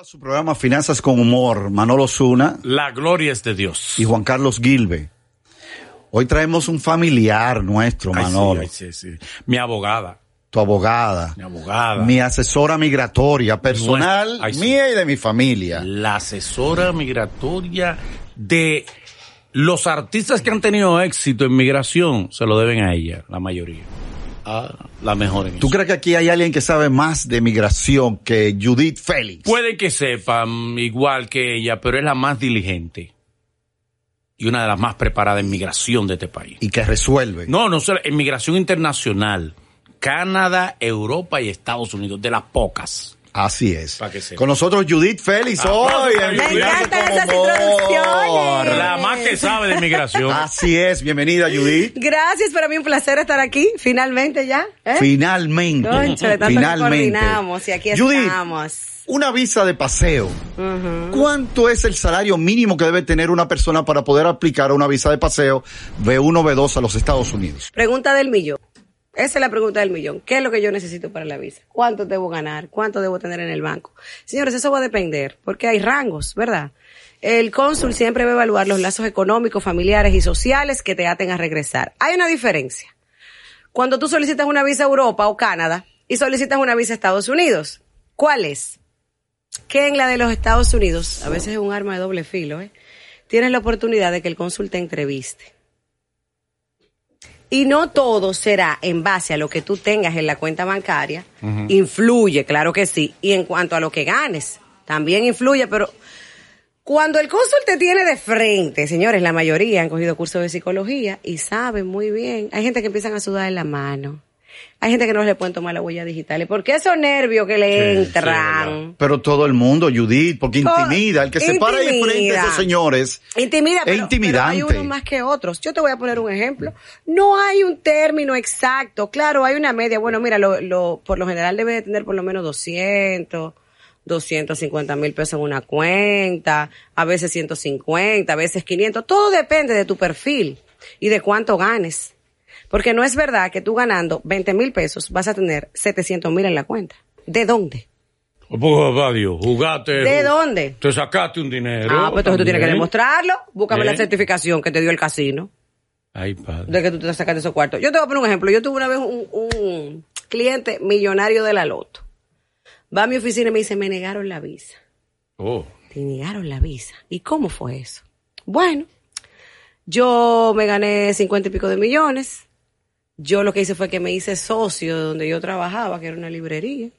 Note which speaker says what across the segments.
Speaker 1: A su programa Finanzas con Humor, Manolo Zuna
Speaker 2: La gloria es de Dios.
Speaker 1: y Juan Carlos Gilbe. Hoy traemos un familiar nuestro,
Speaker 2: Ay, sí,
Speaker 1: Manolo,
Speaker 2: ay, sí, sí. Mi abogada,
Speaker 1: tu abogada,
Speaker 2: mi abogada,
Speaker 1: mi asesora migratoria personal,
Speaker 2: Nuestra- ay, sí.
Speaker 1: mía y de mi familia.
Speaker 2: la asesora migratoria de los artistas que han tenido éxito en migración, se lo deben a ella, la mayoría. Ah, la mejor en
Speaker 1: ¿Tú
Speaker 2: eso.
Speaker 1: crees que aquí hay alguien que sabe más de migración que Judith Félix?
Speaker 2: Puede que sepan igual que ella, pero es la más diligente y una de las más preparadas en migración de este país.
Speaker 1: y que resuelve.
Speaker 2: No, no solo en migración internacional. Canadá, Europa y Estados Unidos, de las pocas.
Speaker 1: Así es.
Speaker 2: Pa' que sepa.
Speaker 1: Con nosotros Judith Félix
Speaker 2: Aplausos
Speaker 1: hoy.
Speaker 2: para
Speaker 1: en
Speaker 2: Judith. Me
Speaker 1: Finanzas
Speaker 3: encantan
Speaker 1: con
Speaker 3: esas
Speaker 1: Humor.
Speaker 3: introducciones.
Speaker 2: La más que sabe de migración.
Speaker 3: Ah.
Speaker 1: Así es. Bienvenida Judith.
Speaker 3: Gracias, para mí un placer estar aquí, finalmente ya. ¿eh?
Speaker 1: Finalmente.
Speaker 3: Concho, de tanto que
Speaker 1: finalmente.
Speaker 3: coordinamos y aquí
Speaker 1: Judith,
Speaker 3: estamos.
Speaker 1: Una visa de paseo.
Speaker 3: Ujú.
Speaker 1: ¿Cuánto es el salario mínimo que debe tener una persona para poder aplicar a una visa de paseo B1, B2 a los Estados Unidos?
Speaker 3: Pregunta del millón. Esa es la pregunta del millón. ¿Qué es lo que yo necesito para la visa? ¿Cuánto debo ganar? ¿Cuánto debo tener en el banco? Señores, eso va a depender, porque hay rangos, ¿verdad? El cónsul siempre va a evaluar los lazos económicos, familiares y sociales que te aten a regresar. Hay una diferencia. Cuando tú solicitas una visa a Europa o Canadá y solicitas una visa a Estados Unidos, ¿cuál es? que en la de los Estados Unidos, a veces es un arma de doble filo, ¿eh? tienes la oportunidad de que el cónsul te entreviste. Y no todo será en base a lo que tú tengas en la cuenta bancaria. Influye, claro que sí. Y en cuanto a lo que ganes, también influye, pero cuando el cónsul te tiene de frente, señores, la mayoría han cogido cursos de psicología y saben muy bien. Hay gente que empiezan a sudar en la mano. Hay gente que no le pueden tomar la huella digital. Porque esos nervios que le
Speaker 2: Sí, sí,
Speaker 3: entran.
Speaker 2: verdad.
Speaker 1: Pero todo el mundo, Judith, porque
Speaker 3: Oh,
Speaker 1: intimida. El que se para ahí frente a
Speaker 3: intimida.
Speaker 1: esos señores.
Speaker 3: Intimida,
Speaker 1: Es
Speaker 3: pero, pero hay
Speaker 1: intimidante.
Speaker 3: unos más que otros. Yo te voy a poner un ejemplo. No hay un término exacto. Claro, hay una media. Bueno, mira, lo, lo- por lo general debe de tener por lo menos 200, 250 mil pesos en una cuenta, a veces 150, a veces 500. Todo depende de tu perfil y de cuánto ganes. Porque no es verdad que tú ganando 20 mil pesos vas a tener 700 mil en la cuenta. ¿De dónde?
Speaker 2: Oh, papá Dios, jugaste.
Speaker 3: ¿De dónde?
Speaker 2: Te sacaste un dinero.
Speaker 3: Ah, pues entonces tú tienes que
Speaker 2: también.
Speaker 3: demostrarlo. Búscame
Speaker 2: Bien.
Speaker 3: la certificación que te dio el casino.
Speaker 2: Ay, padre.
Speaker 3: de que tú te sacas de esos cuartos. Yo te voy a poner un ejemplo. Yo tuve una vez un, un cliente millonario de la loto. Va a mi oficina y me dice, me negaron la visa.
Speaker 2: Oh.
Speaker 3: Te negaron la visa. ¿Y cómo fue eso? Bueno, yo me gané cincuenta y pico de millones. Yo lo que hice fue que me hice socio de donde yo trabajaba, que era una librería.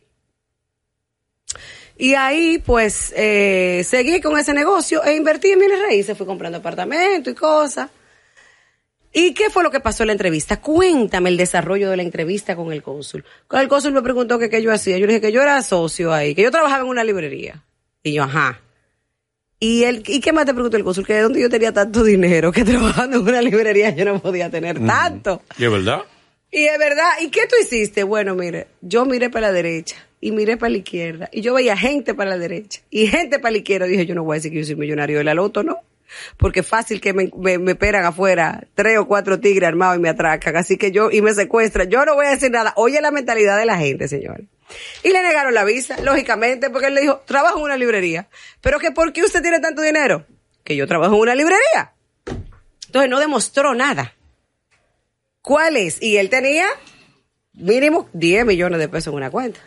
Speaker 3: Y ahí, pues, eh, seguí con ese negocio e invertí en bienes raíces. Fui comprando apartamentos y cosas. ¿Y qué fue lo que pasó en la entrevista? Cuéntame el desarrollo de la entrevista con el cónsul. El cónsul me preguntó que qué yo hacía. Yo le dije que yo era socio ahí, que yo trabajaba en una librería. Y yo, ajá. ¿Y, él, ¿Y qué más te preguntó el cónsul? Que de dónde yo tenía tanto dinero, que trabajando en una librería yo no podía tener tanto.
Speaker 2: ¿Y es verdad?
Speaker 3: Y es verdad, ¿y qué tú hiciste? Bueno, mire, yo miré para la derecha y miré para la izquierda y yo veía gente para la derecha y gente para la izquierda. Dije, yo no voy a decir que yo soy millonario de la loto, ¿no? Porque es fácil que me, me, me peran afuera tres o cuatro tigres armados y me atracan, así que yo, y me secuestran. Yo no voy a decir nada. Oye la mentalidad de la gente, señores. Y le negaron la visa, lógicamente, porque él le dijo, trabajo en una librería. Pero que, ¿por qué usted tiene tanto dinero? Que yo trabajo en una librería. Entonces no demostró nada. ¿Cuál es? Y él tenía mínimo 10 millones de pesos en una cuenta.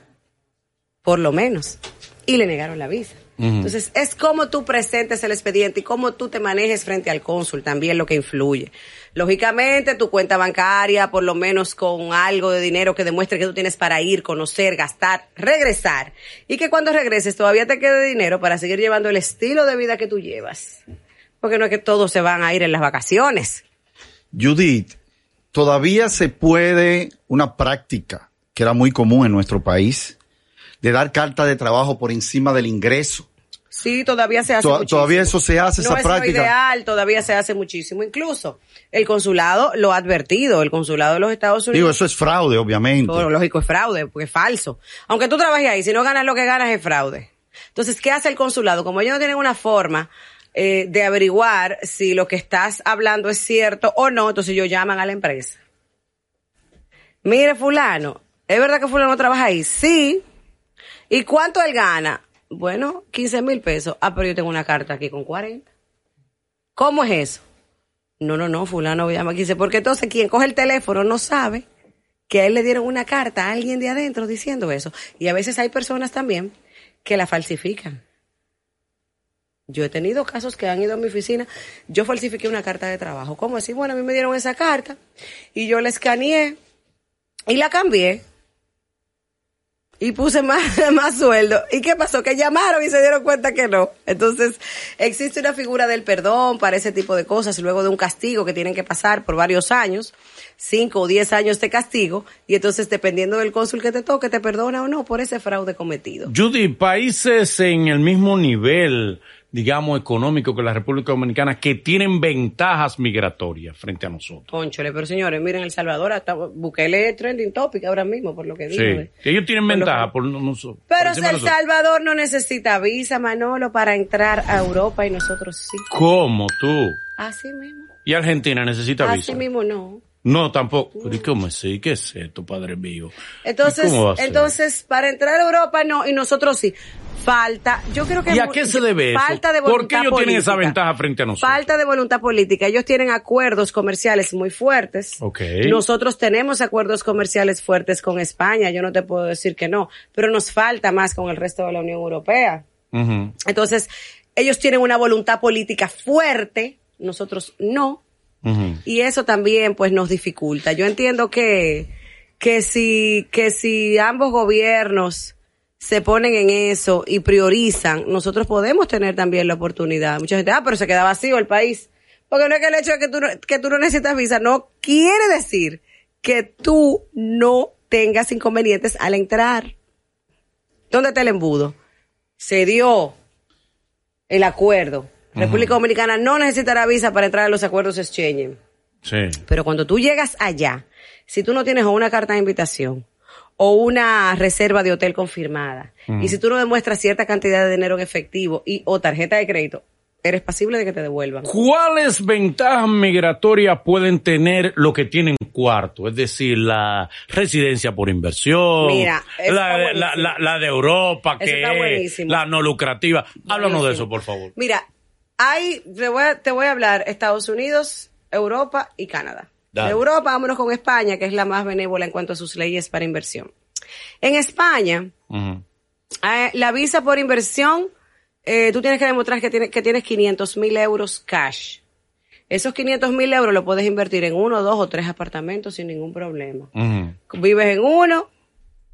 Speaker 3: Por lo menos. Y le negaron la visa. Entonces, es cómo tú presentes el expediente y cómo tú te manejes frente al cónsul también lo que influye. Lógicamente, tu cuenta bancaria, por lo menos con algo de dinero que demuestre que tú tienes para ir, conocer, gastar, regresar. Y que cuando regreses todavía te quede dinero para seguir llevando el estilo de vida que tú llevas. Porque no es que todos se van a ir en las vacaciones.
Speaker 1: Judith, todavía se puede una práctica que era muy común en nuestro país de dar carta de trabajo por encima del ingreso.
Speaker 3: Sí, todavía se hace
Speaker 1: To-
Speaker 3: muchísimo.
Speaker 1: todavía eso se hace,
Speaker 3: no
Speaker 1: esa
Speaker 3: es lo
Speaker 1: práctica.
Speaker 3: ideal, todavía se hace muchísimo. Incluso el consulado lo ha advertido, el consulado de los Estados
Speaker 1: Digo,
Speaker 3: Unidos.
Speaker 1: eso es fraude, obviamente.
Speaker 3: todo lógico, es fraude, porque es falso. Aunque tú trabajes ahí, si no ganas lo que ganas es fraude. Entonces, ¿qué hace el consulado? Como ellos no tienen una forma eh, de averiguar si lo que estás hablando es cierto o no, entonces ellos llaman a la empresa. Mire, fulano, ¿es verdad que fulano trabaja ahí? Sí. ¿Y cuánto él gana? Bueno, 15 mil pesos. Ah, pero yo tengo una carta aquí con 40. ¿Cómo es eso? No, no, no, fulano llama 15. Porque entonces quien coge el teléfono no sabe que a él le dieron una carta a alguien de adentro diciendo eso. Y a veces hay personas también que la falsifican. Yo he tenido casos que han ido a mi oficina, yo falsifiqué una carta de trabajo. ¿Cómo así? Bueno, a mí me dieron esa carta y yo la escaneé y la cambié y puse más, más sueldo. ¿Y qué pasó? Que llamaron y se dieron cuenta que no. Entonces, existe una figura del perdón para ese tipo de cosas, luego de un castigo que tienen que pasar por varios años, cinco o diez años de castigo, y entonces dependiendo del cónsul que te toque, te perdona o no por ese fraude cometido.
Speaker 2: Judy, países en el mismo nivel, digamos, económico que la República Dominicana, que tienen ventajas migratorias frente a nosotros.
Speaker 3: Conchole, pero señores, miren, El Salvador, hasta Bukele es trending topic ahora mismo, por lo que digo.
Speaker 2: Sí,
Speaker 3: ¿eh?
Speaker 2: que ellos tienen
Speaker 3: Por lo
Speaker 2: ventaja por no- nosotros. por
Speaker 3: Pero si
Speaker 2: encima de
Speaker 3: El
Speaker 2: nosotros.
Speaker 3: Salvador no necesita visa, Manolo, para entrar a Europa y nosotros sí.
Speaker 2: ¿Cómo tú?
Speaker 3: Así mismo.
Speaker 2: Y Argentina necesita
Speaker 3: Así
Speaker 2: visa.
Speaker 3: mismo no.
Speaker 2: No, tampoco. ¿Y cómo así? ¿Qué es esto, padre mío? ¿Y
Speaker 3: Entonces,
Speaker 2: cómo va a ser?
Speaker 3: entonces para entrar a Europa no, y nosotros sí. Falta, yo creo que...
Speaker 2: ¿Y a
Speaker 3: mu-
Speaker 2: qué se debe eso?
Speaker 3: Falta de
Speaker 2: ¿Por
Speaker 3: voluntad
Speaker 2: qué ellos tienen esa
Speaker 3: política.
Speaker 2: ventaja frente a nosotros?
Speaker 3: Falta de voluntad política. Ellos tienen acuerdos comerciales muy fuertes.
Speaker 2: Ok.
Speaker 3: Nosotros tenemos acuerdos comerciales fuertes con España, yo no te puedo decir que no, pero nos falta más con el resto de la Unión Europea.
Speaker 2: Ujú.
Speaker 3: Entonces, ellos tienen una voluntad política fuerte, nosotros no.
Speaker 2: Ujú.
Speaker 3: Y eso también pues nos dificulta. Yo entiendo que, que si, que si ambos gobiernos se ponen en eso y priorizan, nosotros podemos tener también la oportunidad. Mucha gente, ah, pero se queda vacío el país. Porque no es que el hecho de que tú no, que tú no necesitas visa no quiere decir que tú no tengas inconvenientes al entrar. ¿Dónde está el embudo? Se dio el acuerdo. República Dominicana no necesitará visa para entrar a los acuerdos exchange.
Speaker 2: Sí.
Speaker 3: Pero cuando tú llegas allá, si tú no tienes o una carta de invitación o una reserva de hotel confirmada, y si tú no demuestras cierta cantidad de dinero en efectivo y o tarjeta de crédito, eres pasible de que te devuelvan.
Speaker 2: ¿Cuáles ventajas migratorias pueden tener los que tienen cuarto? Es decir, la residencia por inversión,
Speaker 3: Mira, eso está
Speaker 2: la, la,
Speaker 3: buenísimo.
Speaker 2: la- la de Europa,
Speaker 3: Eso
Speaker 2: que
Speaker 3: está
Speaker 2: es
Speaker 3: buenísimo.
Speaker 2: la no lucrativa. Háblanos de
Speaker 3: Buenísimo.
Speaker 2: eso, por favor.
Speaker 3: Mira, hay, te voy a, te voy a hablar Estados Unidos, Europa y Canadá.
Speaker 2: Dale.
Speaker 3: De Europa, vámonos con España, que es la más benévola en cuanto a sus leyes para inversión. En España,
Speaker 2: Ujú.
Speaker 3: eh, la visa por inversión, eh, tú tienes que demostrar que tienes, que tienes 500 mil euros cash. Esos 500 mil euros lo puedes invertir en uno, dos o tres apartamentos sin ningún problema.
Speaker 2: Ujú.
Speaker 3: Vives en uno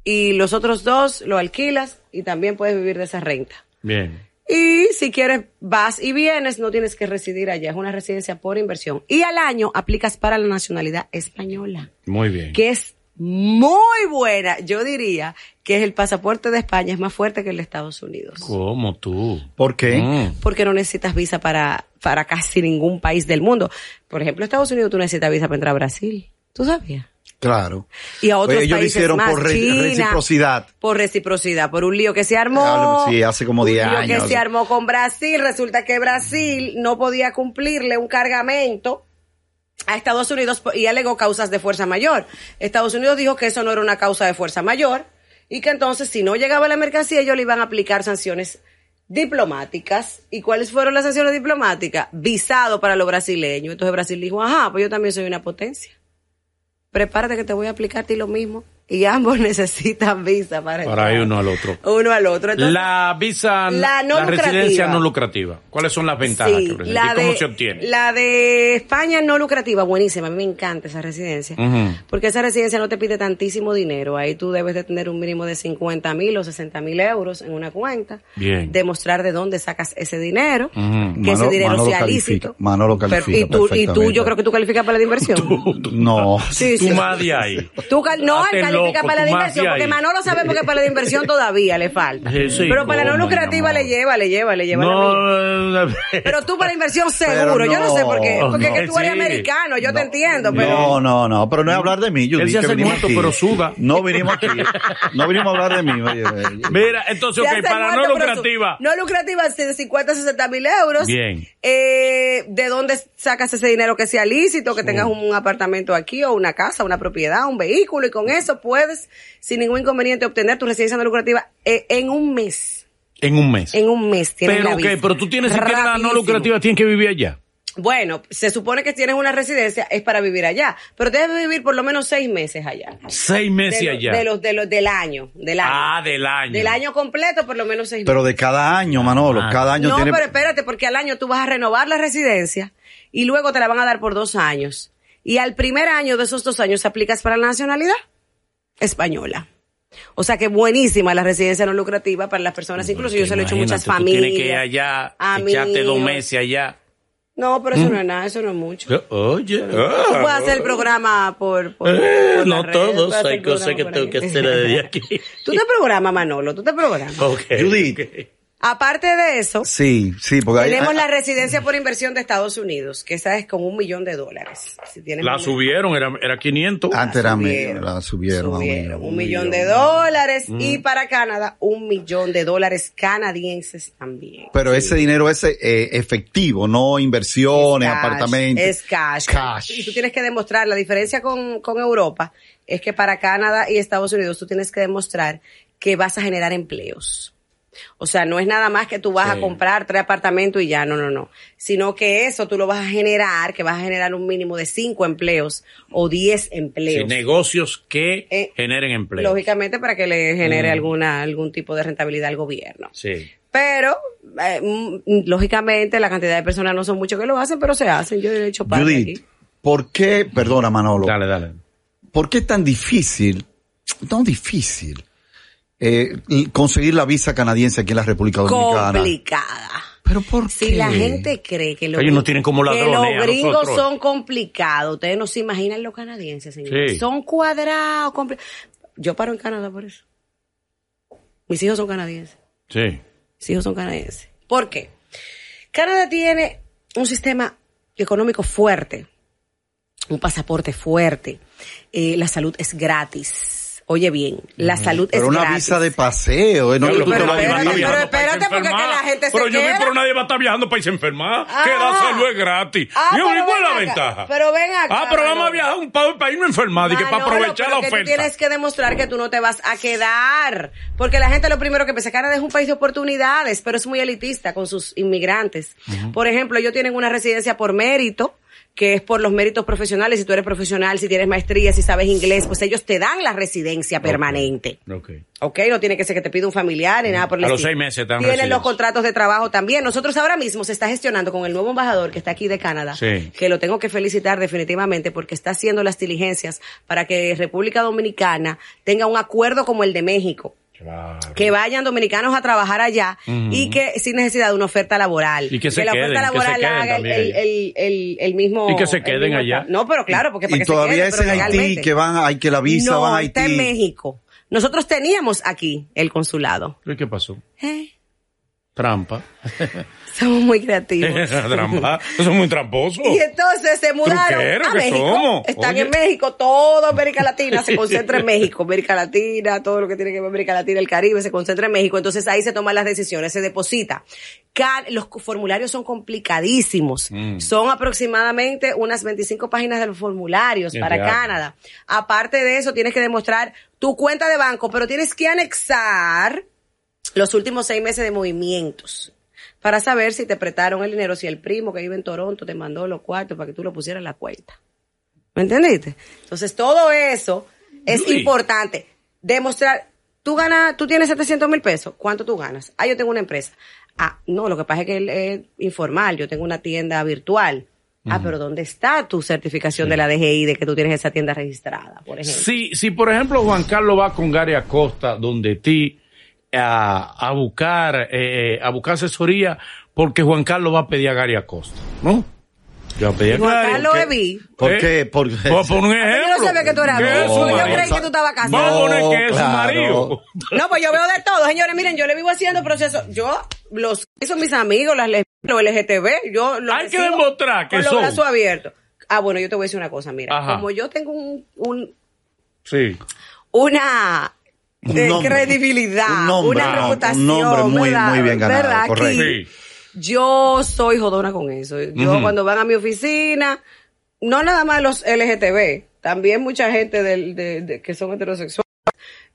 Speaker 3: y los otros dos lo alquilas y también puedes vivir de esa renta.
Speaker 2: Bien.
Speaker 3: Y si quieres, vas y vienes, no tienes que residir allá. Es una residencia por inversión. Y al año aplicas para la nacionalidad española,
Speaker 2: Muy bien.
Speaker 3: que es muy buena. Yo diría que es el pasaporte de España, es más fuerte que el de Estados Unidos.
Speaker 2: ¿Cómo tú?
Speaker 1: ¿Por qué?
Speaker 2: Mm.
Speaker 3: Porque no necesitas visa para, para casi ningún país del mundo. Por ejemplo, Estados Unidos tú necesitas visa para entrar a Brasil. ¿Tú sabías?
Speaker 1: Claro.
Speaker 3: Y a otros
Speaker 1: Oye, ellos lo
Speaker 3: países
Speaker 1: hicieron
Speaker 3: más,
Speaker 1: por re-
Speaker 3: China,
Speaker 1: reciprocidad.
Speaker 3: Por reciprocidad, por un lío que se armó.
Speaker 1: Sí, hace como 10
Speaker 3: Un lío
Speaker 1: años.
Speaker 3: que se armó con Brasil. Resulta que Brasil no podía cumplirle un cargamento a Estados Unidos y alegó causas de fuerza mayor. Estados Unidos dijo que eso no era una causa de fuerza mayor y que entonces si no llegaba la mercancía ellos le iban a aplicar sanciones diplomáticas. ¿Y cuáles fueron las sanciones diplomáticas? Visado para los brasileños. Entonces Brasil dijo, ajá, pues yo también soy una potencia. Prepárate que te voy a aplicar a ti lo mismo. Y ambos necesitan visa para,
Speaker 2: Para ir
Speaker 3: entrar.
Speaker 2: uno al otro.
Speaker 3: Uno al otro. Entonces,
Speaker 2: la visa, la,
Speaker 3: La no lucrativa.
Speaker 2: residencia no lucrativa. ¿Cuáles son las ventajas
Speaker 3: Sí,
Speaker 2: que presenta?
Speaker 3: la
Speaker 2: ¿Y cómo
Speaker 3: de-
Speaker 2: se obtiene?
Speaker 3: La de España no lucrativa, buenísima. A mí me encanta esa residencia.
Speaker 2: Ujú.
Speaker 3: Porque esa residencia no te pide tantísimo dinero. Ahí tú debes de tener un mínimo de 50 mil o 60 mil euros en una cuenta.
Speaker 2: Bien.
Speaker 3: Demostrar de dónde sacas ese dinero.
Speaker 2: Ujú.
Speaker 3: Que ese
Speaker 1: Manolo-
Speaker 3: dinero
Speaker 1: Manolo
Speaker 3: sea
Speaker 1: califica,
Speaker 3: lícito.
Speaker 1: Manolo
Speaker 3: Pero-
Speaker 1: califica
Speaker 3: y, tú, y tú,
Speaker 1: perfectamente.
Speaker 3: yo creo que tú calificas para la inversión.
Speaker 1: No.
Speaker 3: Sí,
Speaker 2: Tú
Speaker 3: sí.
Speaker 2: más de ahí.
Speaker 3: Tú cal- no, él
Speaker 2: Hazte
Speaker 3: califica
Speaker 2: loco,
Speaker 3: para la
Speaker 2: tú más
Speaker 3: inversión,
Speaker 2: de
Speaker 3: porque
Speaker 2: ahí.
Speaker 3: Manolo sabe porque para la inversión todavía le falta.
Speaker 2: Sí, sí,
Speaker 3: Pero para la
Speaker 2: cómo,
Speaker 3: no
Speaker 2: mi
Speaker 3: lucrativa
Speaker 2: amor.
Speaker 3: le lleva, le lleva, le lleva. la mía.
Speaker 2: No,
Speaker 3: Pero tú para inversión seguro, yo no
Speaker 1: no,
Speaker 3: sé por qué. Porque
Speaker 2: no.
Speaker 3: que tú eres
Speaker 2: Sí.
Speaker 3: americano, yo te entiendo, pero...
Speaker 1: No, no, no, pero no es hablar de mí, yo
Speaker 2: Él se
Speaker 1: dije que
Speaker 2: hace
Speaker 1: vinimos
Speaker 2: muerto,
Speaker 1: aquí.
Speaker 2: pero suda.
Speaker 1: No vinimos aquí. No vinimos a hablar de mí. oye, oye.
Speaker 2: mira, entonces,
Speaker 3: Se
Speaker 2: ok,
Speaker 3: hace
Speaker 2: para
Speaker 3: muerto,
Speaker 2: no
Speaker 3: pero su-
Speaker 2: lucrativa.
Speaker 3: No lucrativa, es de 50 a 60 mil euros.
Speaker 2: Bien.
Speaker 3: Eh, ¿De dónde sacas ese dinero que sea lícito, que tengas un apartamento aquí o una casa, una propiedad, un vehículo y con eso puedes, sin ningún inconveniente, obtener tu residencia no lucrativa eh, en un mes.
Speaker 2: En un mes.
Speaker 3: En un mes tienes
Speaker 2: pero
Speaker 3: la
Speaker 2: ok,
Speaker 3: visa.
Speaker 2: pero tú tienes que la no
Speaker 3: Rapidísimo.
Speaker 2: lucrativa, tienes que vivir allá.
Speaker 3: Bueno, se supone que tienes una residencia, es para vivir allá, pero debes vivir por lo menos seis meses allá.
Speaker 2: Seis meses
Speaker 3: de, lo-
Speaker 2: allá.
Speaker 3: De los, de los, del año, del año.
Speaker 2: ah, del año.
Speaker 3: Del año completo, por lo menos seis
Speaker 1: Pero de cada año, Manolo,
Speaker 2: Ah.
Speaker 1: cada año
Speaker 3: meses. No,
Speaker 1: tiene...
Speaker 3: pero espérate, porque al año tú vas a renovar la residencia y luego te la van a dar por dos años. Y al primer año de esos dos años aplicas para la nacionalidad española. O sea que buenísima la residencia no lucrativa para las personas, pues, incluso yo se lo he hecho a muchas
Speaker 2: Imagínate, tú
Speaker 3: familias.
Speaker 2: Tienes que ir allá, echarte dos
Speaker 3: amigos.
Speaker 2: meses Mm. allá.
Speaker 3: No, pero eso no es nada, eso no es mucho.
Speaker 2: Oye, Eh,
Speaker 3: Tú puedes hacer el programa por. por- por
Speaker 2: Ah. no
Speaker 3: las redes,
Speaker 2: todos,
Speaker 3: puedes hacer
Speaker 2: hay
Speaker 3: el
Speaker 2: cosas
Speaker 3: programa
Speaker 2: que
Speaker 3: por
Speaker 2: tengo
Speaker 3: ahí.
Speaker 2: que hacer Oh. desde aquí.
Speaker 3: Tú te programas, Manolo, tú te programas.
Speaker 2: Ok,
Speaker 1: Judith.
Speaker 2: ok.
Speaker 3: Aparte de eso,
Speaker 1: Sí, sí, porque hay-
Speaker 3: tenemos
Speaker 1: hay-
Speaker 3: la residencia por inversión de Estados Unidos, que esa es con un millón de dólares. Si tienes
Speaker 2: La
Speaker 3: menos-
Speaker 2: subieron, era, era 500.
Speaker 3: Ah,
Speaker 1: antes era medio,
Speaker 3: subieron,
Speaker 1: la subieron, a un
Speaker 3: subieron,
Speaker 1: millón.
Speaker 3: un millón de dólares y para Canadá un millón de dólares canadienses también.
Speaker 1: Pero ese dinero es eh, efectivo, no inversiones,
Speaker 3: cash,
Speaker 1: apartamentos.
Speaker 3: Es cash.
Speaker 1: Cash.
Speaker 3: Y tú tienes que demostrar, la diferencia con, con Europa es que para Canadá y Estados Unidos tú tienes que demostrar que vas a generar empleos. O sea, no es nada más que tú vas
Speaker 2: Sí.
Speaker 3: a comprar tres apartamentos y ya, no, no, no. Sino que eso tú lo vas a generar, que vas a generar un mínimo de cinco empleos o diez
Speaker 2: Sí,
Speaker 3: empleos.
Speaker 2: negocios que
Speaker 3: Eh,
Speaker 2: generen empleo.
Speaker 3: Lógicamente para que le genere alguna, algún tipo de rentabilidad al gobierno.
Speaker 2: Sí.
Speaker 3: Pero, eh, mm, lógicamente, la cantidad de personas no son muchos que lo hacen, pero se hacen. Yo he hecho parte
Speaker 1: Judith,
Speaker 3: aquí.
Speaker 1: ¿por qué, perdona Manolo,
Speaker 2: Dale, dale.
Speaker 1: ¿por qué es tan difícil, tan difícil eh, l- conseguir la visa canadiense aquí en la República Dominicana?
Speaker 3: Complicada.
Speaker 1: Pero ¿por
Speaker 3: Si
Speaker 1: qué?
Speaker 3: la gente cree que los,
Speaker 2: Ellos nos tienen como
Speaker 3: que
Speaker 2: ladrones
Speaker 3: los
Speaker 2: a
Speaker 3: gringos
Speaker 2: nosotros.
Speaker 3: son complicados, ustedes no se imaginan los canadienses, señores.
Speaker 2: Sí.
Speaker 3: Son cuadrados. compli- Yo paro en Canadá por eso. Mis hijos son canadienses.
Speaker 2: Sí.
Speaker 3: Mis hijos son canadienses. ¿Por qué? Canadá tiene un sistema económico fuerte, un pasaporte fuerte, eh, la salud es gratis. Oye bien, la salud
Speaker 1: Pero
Speaker 3: es
Speaker 1: una
Speaker 3: gratis.
Speaker 1: visa de paseo, ¿eh? no que
Speaker 2: Diablo,
Speaker 1: tú te
Speaker 3: pero
Speaker 1: vas a
Speaker 2: nadie va a
Speaker 1: vivir.
Speaker 2: estar
Speaker 3: espérate,
Speaker 2: viajando
Speaker 3: pero
Speaker 2: para irse
Speaker 3: espérate, porque
Speaker 2: enfermar.
Speaker 3: que la gente se
Speaker 2: Pero yo vi,
Speaker 3: queda.
Speaker 2: pero nadie va a estar viajando para irse enfermar.
Speaker 3: Ah.
Speaker 2: que la salud es gratis.
Speaker 3: Ah,
Speaker 2: yo
Speaker 3: pero
Speaker 2: vi cuál
Speaker 3: ven
Speaker 2: la
Speaker 3: acá,
Speaker 2: ventaja.
Speaker 3: pero ven acá,
Speaker 2: Ah, pero vamos
Speaker 3: Manolo.
Speaker 2: a viajar un pa- para irnos enfermar. dije, para
Speaker 3: Manolo,
Speaker 2: aprovechar
Speaker 3: Ah, pero
Speaker 2: la
Speaker 3: que tú
Speaker 2: oferta.
Speaker 3: tienes que demostrar que tú no te vas a quedar. Porque la gente lo primero que piensa, Canadá es un país de oportunidades, pero es muy elitista con sus inmigrantes. Por ejemplo, ellos tienen una residencia por mérito que es por los méritos profesionales, si tú eres profesional, si tienes maestría, si sabes inglés, pues ellos te dan la residencia permanente.
Speaker 2: Ok.
Speaker 3: Ok, no tiene que ser que te pida un familiar ni nada por el
Speaker 2: A los
Speaker 3: estilo.
Speaker 2: seis meses te dan
Speaker 3: Tienen
Speaker 2: residencia.
Speaker 3: los contratos de trabajo también. Nosotros ahora mismo se está gestionando con el nuevo embajador que está aquí de Canadá,
Speaker 2: Sí.
Speaker 3: que lo tengo que felicitar definitivamente porque está haciendo las diligencias para que República Dominicana tenga un acuerdo como el de México.
Speaker 2: Claro.
Speaker 3: Que vayan dominicanos a trabajar allá y que sin necesidad de una oferta laboral.
Speaker 2: Y que se
Speaker 3: la
Speaker 2: queden,
Speaker 3: oferta
Speaker 2: que se
Speaker 3: laboral
Speaker 2: queden
Speaker 3: la haga el,
Speaker 2: también
Speaker 3: el-
Speaker 2: allá.
Speaker 3: el- el- el mismo.
Speaker 2: Y que se
Speaker 3: el
Speaker 2: queden
Speaker 3: mismo-
Speaker 2: allá.
Speaker 3: No, pero claro, porque para
Speaker 1: Y
Speaker 3: que
Speaker 1: todavía
Speaker 3: se
Speaker 1: es
Speaker 3: queden,
Speaker 1: en
Speaker 3: pero
Speaker 1: Haití
Speaker 3: legalmente.
Speaker 1: que van, hay que la visa
Speaker 3: no,
Speaker 1: va a Haití.
Speaker 3: está en México. Nosotros teníamos aquí el consulado.
Speaker 2: ¿Y qué pasó?
Speaker 3: ¿Eh?
Speaker 2: Trampa.
Speaker 3: Somos muy creativos.
Speaker 2: Trampa. Eso es muy tramposo.
Speaker 3: Y entonces se mudaron
Speaker 2: Truquero
Speaker 3: a
Speaker 2: que
Speaker 3: México.
Speaker 2: somos.
Speaker 3: Están
Speaker 2: Oye.
Speaker 3: en México, toda América Latina se concentra en México. América Latina, todo lo que tiene que ver América Latina, el Caribe, se concentra en México. Entonces ahí se toman las decisiones, se deposita. Ca- Los formularios son complicadísimos.
Speaker 2: Mm.
Speaker 3: Son aproximadamente unas 25 páginas de los formularios
Speaker 2: Es
Speaker 3: para
Speaker 2: real.
Speaker 3: Canadá. Aparte de eso, tienes que demostrar tu cuenta de banco, pero tienes que anexar los últimos seis meses de movimientos para saber si te prestaron el dinero, si el primo que vive en Toronto te mandó los cuartos para que tú lo pusieras en la cuenta. ¿Me entendiste? Entonces, todo eso es
Speaker 2: Uy.
Speaker 3: importante. Demostrar, tú ganas, tú tienes 700 mil pesos, ¿cuánto tú ganas? Ah, yo tengo una empresa. Ah, no, lo que pasa es que él es informal, yo tengo una tienda virtual. Ah, pero ¿dónde está tu certificación de la DGI de que tú tienes esa tienda registrada, por ejemplo?
Speaker 2: Si, si, por ejemplo, Juan Carlos va con Gary Acosta, donde ti, a, a buscar, eh, a buscar asesoría, porque Juan Carlos va a pedir a Gary Acosta, ¿no? Yo voy a pedir a
Speaker 3: Juan
Speaker 2: Gary,
Speaker 3: Carlos
Speaker 2: que-
Speaker 3: Evi.
Speaker 1: ¿Por
Speaker 2: ¿Eh?
Speaker 1: qué? Porque-
Speaker 2: Por, por un
Speaker 3: yo no
Speaker 2: ejemplo.
Speaker 3: sabía que tú eras
Speaker 2: es
Speaker 1: amigo.
Speaker 2: su
Speaker 1: Yo
Speaker 2: marido.
Speaker 1: creí
Speaker 3: que tú estabas casado.
Speaker 2: Vamos a poner que es su
Speaker 1: Claro.
Speaker 2: marido.
Speaker 3: No, pues yo veo de todo, señores. Miren, yo le vivo haciendo procesos. Yo, los que son mis amigos, las lesbianas, los LGTB, yo los
Speaker 2: Hay que
Speaker 3: recibo
Speaker 2: demostrar que
Speaker 3: con los
Speaker 2: son.
Speaker 3: brazos abiertos. Ah, bueno, yo te voy a decir una cosa, mira.
Speaker 2: Ajá.
Speaker 3: Como yo tengo un, un-
Speaker 2: Sí.
Speaker 3: una
Speaker 1: Un
Speaker 3: eh,
Speaker 1: nombre.
Speaker 3: credibilidad,
Speaker 1: Un nombre,
Speaker 3: una
Speaker 1: no, un
Speaker 3: reputación,
Speaker 1: nombre muy-
Speaker 3: ¿verdad?
Speaker 1: muy bien ganado,
Speaker 3: ¿verdad? Aquí,
Speaker 1: correcto.
Speaker 2: Sí.
Speaker 3: Yo soy jodona con eso. Yo
Speaker 2: Ujú.
Speaker 3: cuando van a mi oficina, no nada más los LGTB, también mucha gente del- de- de- que son heterosexuales,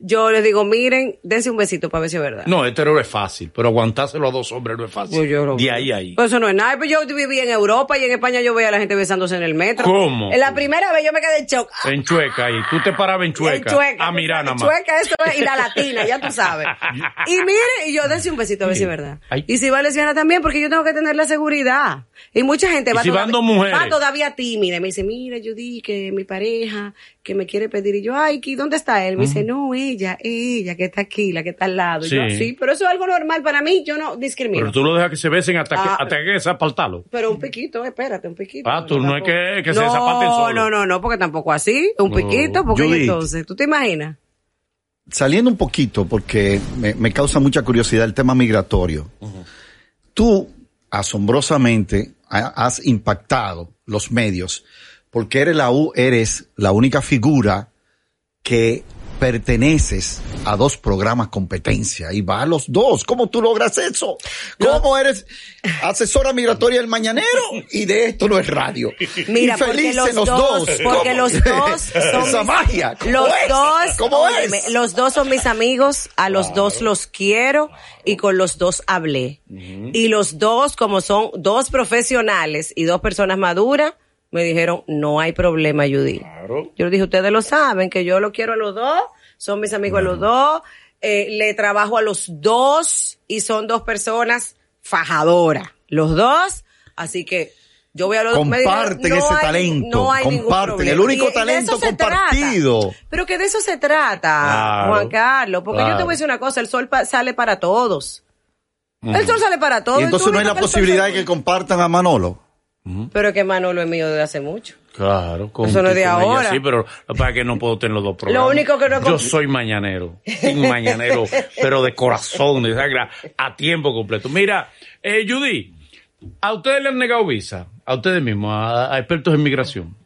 Speaker 3: yo les digo, miren, dense un besito para ver si es verdad.
Speaker 2: No, hetero es fácil, pero aguantárselo a dos hombres no es fácil.
Speaker 3: Pues yo lo-
Speaker 2: de ahí a ahí.
Speaker 3: Pues eso no es nada. Pues yo viví en Europa y en España yo veía a la gente besándose en el metro.
Speaker 2: ¿Cómo?
Speaker 3: En la primera vez yo me quedé en shock. ¡Ah!
Speaker 2: En chueca ahí. Tú te parabas en chueca.
Speaker 3: En chueca.
Speaker 2: A mirar nada más.
Speaker 3: Chueca, eso es, y la latina, ya tú sabes. Y mire, y yo dense un besito a ver si es verdad.
Speaker 2: Ay.
Speaker 3: Y si va lesbiana también, porque yo tengo que tener la seguridad. Y mucha gente
Speaker 2: Y
Speaker 3: va,
Speaker 2: si van
Speaker 3: todavía,
Speaker 2: dos mujeres.
Speaker 3: va todavía tímida. y Me dice, mira, Judy, que mi pareja, que me quiere pedir. Y yo, ay, ¿qué- ¿dónde está él? Me dice, no, ella, ella, que está aquí, la que está al lado. Y yo,
Speaker 2: Sí.
Speaker 3: sí, pero eso es algo normal para mí, yo no discrimino.
Speaker 2: Pero tú lo dejas que se besen hasta que,
Speaker 3: Ah.
Speaker 2: hasta que desapartalo.
Speaker 3: Pero un piquito, espérate, un piquito.
Speaker 2: Ah, tú no es que- que se
Speaker 3: No,
Speaker 2: desaparten solo.
Speaker 3: No, no, no, porque tampoco así. Un
Speaker 2: No.
Speaker 3: piquito, porque
Speaker 1: Judith.
Speaker 3: entonces, ¿tú te imaginas?
Speaker 1: Saliendo un poquito, porque me, me causa mucha curiosidad el tema migratorio. Tú, asombrosamente, ha- has impactado los medios, porque eres la, u- eres la única figura que perteneces a dos programas competencia y va a los dos. ¿Cómo tú logras eso? ¿Cómo eres asesora migratoria del mañanero y de esto no es radio?
Speaker 3: Mira,
Speaker 1: Y
Speaker 3: porque
Speaker 1: felices
Speaker 3: los, dos, porque
Speaker 1: ¿Cómo?
Speaker 3: los dos son
Speaker 1: esa
Speaker 3: mis-
Speaker 1: magia. ¿Cómo
Speaker 3: los
Speaker 1: es?
Speaker 3: dos,
Speaker 1: ¿Cómo
Speaker 3: óyeme,
Speaker 1: es?
Speaker 3: los dos son mis amigos, a los dos los quiero y con los dos hablé. Y los dos, como son dos profesionales y dos personas maduras, me dijeron, no hay problema, Judy.
Speaker 2: Claro.
Speaker 3: Yo le dije, ustedes lo saben, que yo lo quiero a los dos, son mis amigos a los dos, eh, le trabajo a los dos y son dos personas fajadoras, los dos, así que yo voy a los dos. Me dijeron,
Speaker 1: Comparten ese talento,
Speaker 3: ningún
Speaker 1: comparten,
Speaker 3: problema.
Speaker 1: el único
Speaker 3: Y- y de eso
Speaker 1: talento
Speaker 3: se trata.
Speaker 1: compartido.
Speaker 3: Pero que de eso se trata,
Speaker 2: Claro,
Speaker 3: Juan Carlos, porque yo te
Speaker 2: claro.
Speaker 3: voy a decir una cosa, el sol pa- sale para todos. El sol sale para todos.
Speaker 1: Y entonces
Speaker 3: tú
Speaker 1: no hay
Speaker 3: ves
Speaker 1: la
Speaker 3: que el sol
Speaker 1: posibilidad de
Speaker 3: sale-
Speaker 1: que compartan a Manolo.
Speaker 3: Pero que Manolo es mío desde hace mucho.
Speaker 2: Claro. Con,
Speaker 3: Eso no es de
Speaker 2: con ella
Speaker 3: ahora.
Speaker 2: sí, pero para que no puedo tener los dos programas.
Speaker 3: único que no-
Speaker 2: Yo soy mañanero. Un mañanero, pero de corazón, de sangre, a tiempo completo. Mira, eh, Judy, a ustedes le han negado visa, a ustedes mismos, a, a expertos en migración.